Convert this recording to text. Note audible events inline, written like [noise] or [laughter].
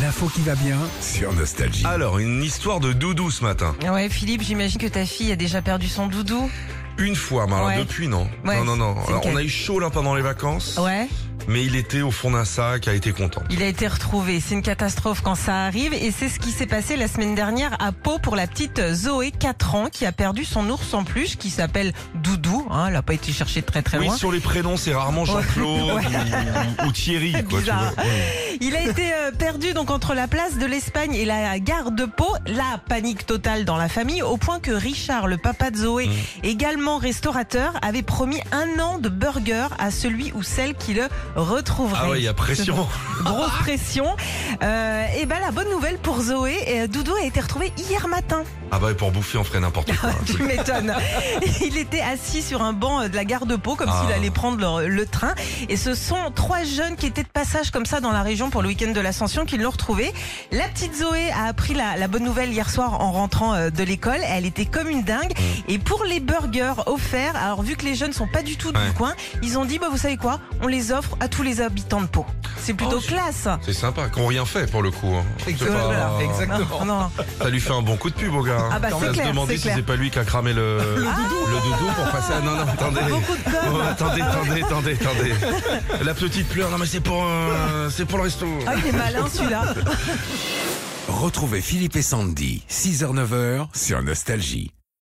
L'info qui va bien sur Nostalgie. Alors, une histoire de doudou ce matin. Ah Ouais, Philippe, j'imagine que ta fille a déjà perdu son doudou. Une fois, mais alors Ouais. depuis, non. Ouais, non, non, non. c'est Alors, lequel on a eu chaud là pendant les vacances, Ouais. mais il était au fond d'un sac, a été content. Il a été retrouvé. C'est une catastrophe quand ça arrive. Et c'est ce qui s'est passé la semaine dernière à Pau pour la petite Zoé, 4 ans, qui a perdu son ours en peluche qui s'appelle Doudou. Hein, elle n'a pas été cherchée très très Oui, loin. sur les prénoms, c'est rarement Jean-Claude ou, ou Thierry. Quoi, tu Bizarre. vois. Ouais. Il a été euh, perdu donc entre la place de l'Espagne et la gare de Pau. La panique totale dans la famille, au point que Richard, le papa de Mm. Zoé, également restaurateur, avait promis un an de burger à celui ou celle qui le retrouverait. Ah ouais, il y a pression. Grosse Ah. pression. Euh, et ben la bonne nouvelle pour Zoé, euh, Doudou a été retrouvé hier matin. [laughs] Ah bah, pour bouffer, on ferait n'importe quoi. tu m'étonnes. Il était assis sur un banc euh, de la gare de Pau, comme Ah. s'il allait prendre leur- le train. Et ce sont trois jeunes qui étaient de passage comme ça dans la région pour le week-end de l'Ascension qui l'ont retrouvé. La petite Zoé a appris la, la bonne nouvelle hier soir en rentrant euh, de l'école. Elle était comme une dingue. Mm. Et pour les burgers offerts, alors vu que les jeunes sont pas du tout Ouais. du coin, ils ont dit bah vous savez quoi, on les offre à tous les habitants de Pau. C'est plutôt Oh, c'est- classe. C'est sympa, qu'on rien fait pour le coup. hein. C'est Exactement. pas- Non, non. Ça lui fait un bon coup de pub au gars. hein. Ah bah, On c'est va se clair, demander c'est si clair. c'est pas lui qui a cramé [laughs] le, le doudou. pour passer à... Non, non, attendez. Beaucoup de com. Oh, attendez, attendez, attendez, attendez. La petite pleure, non mais c'est pour, euh, c'est pour le resto. Ah, il est malin celui-là. Retrouvez Philippe et Sandy, 6h-9h sur Nostalgie.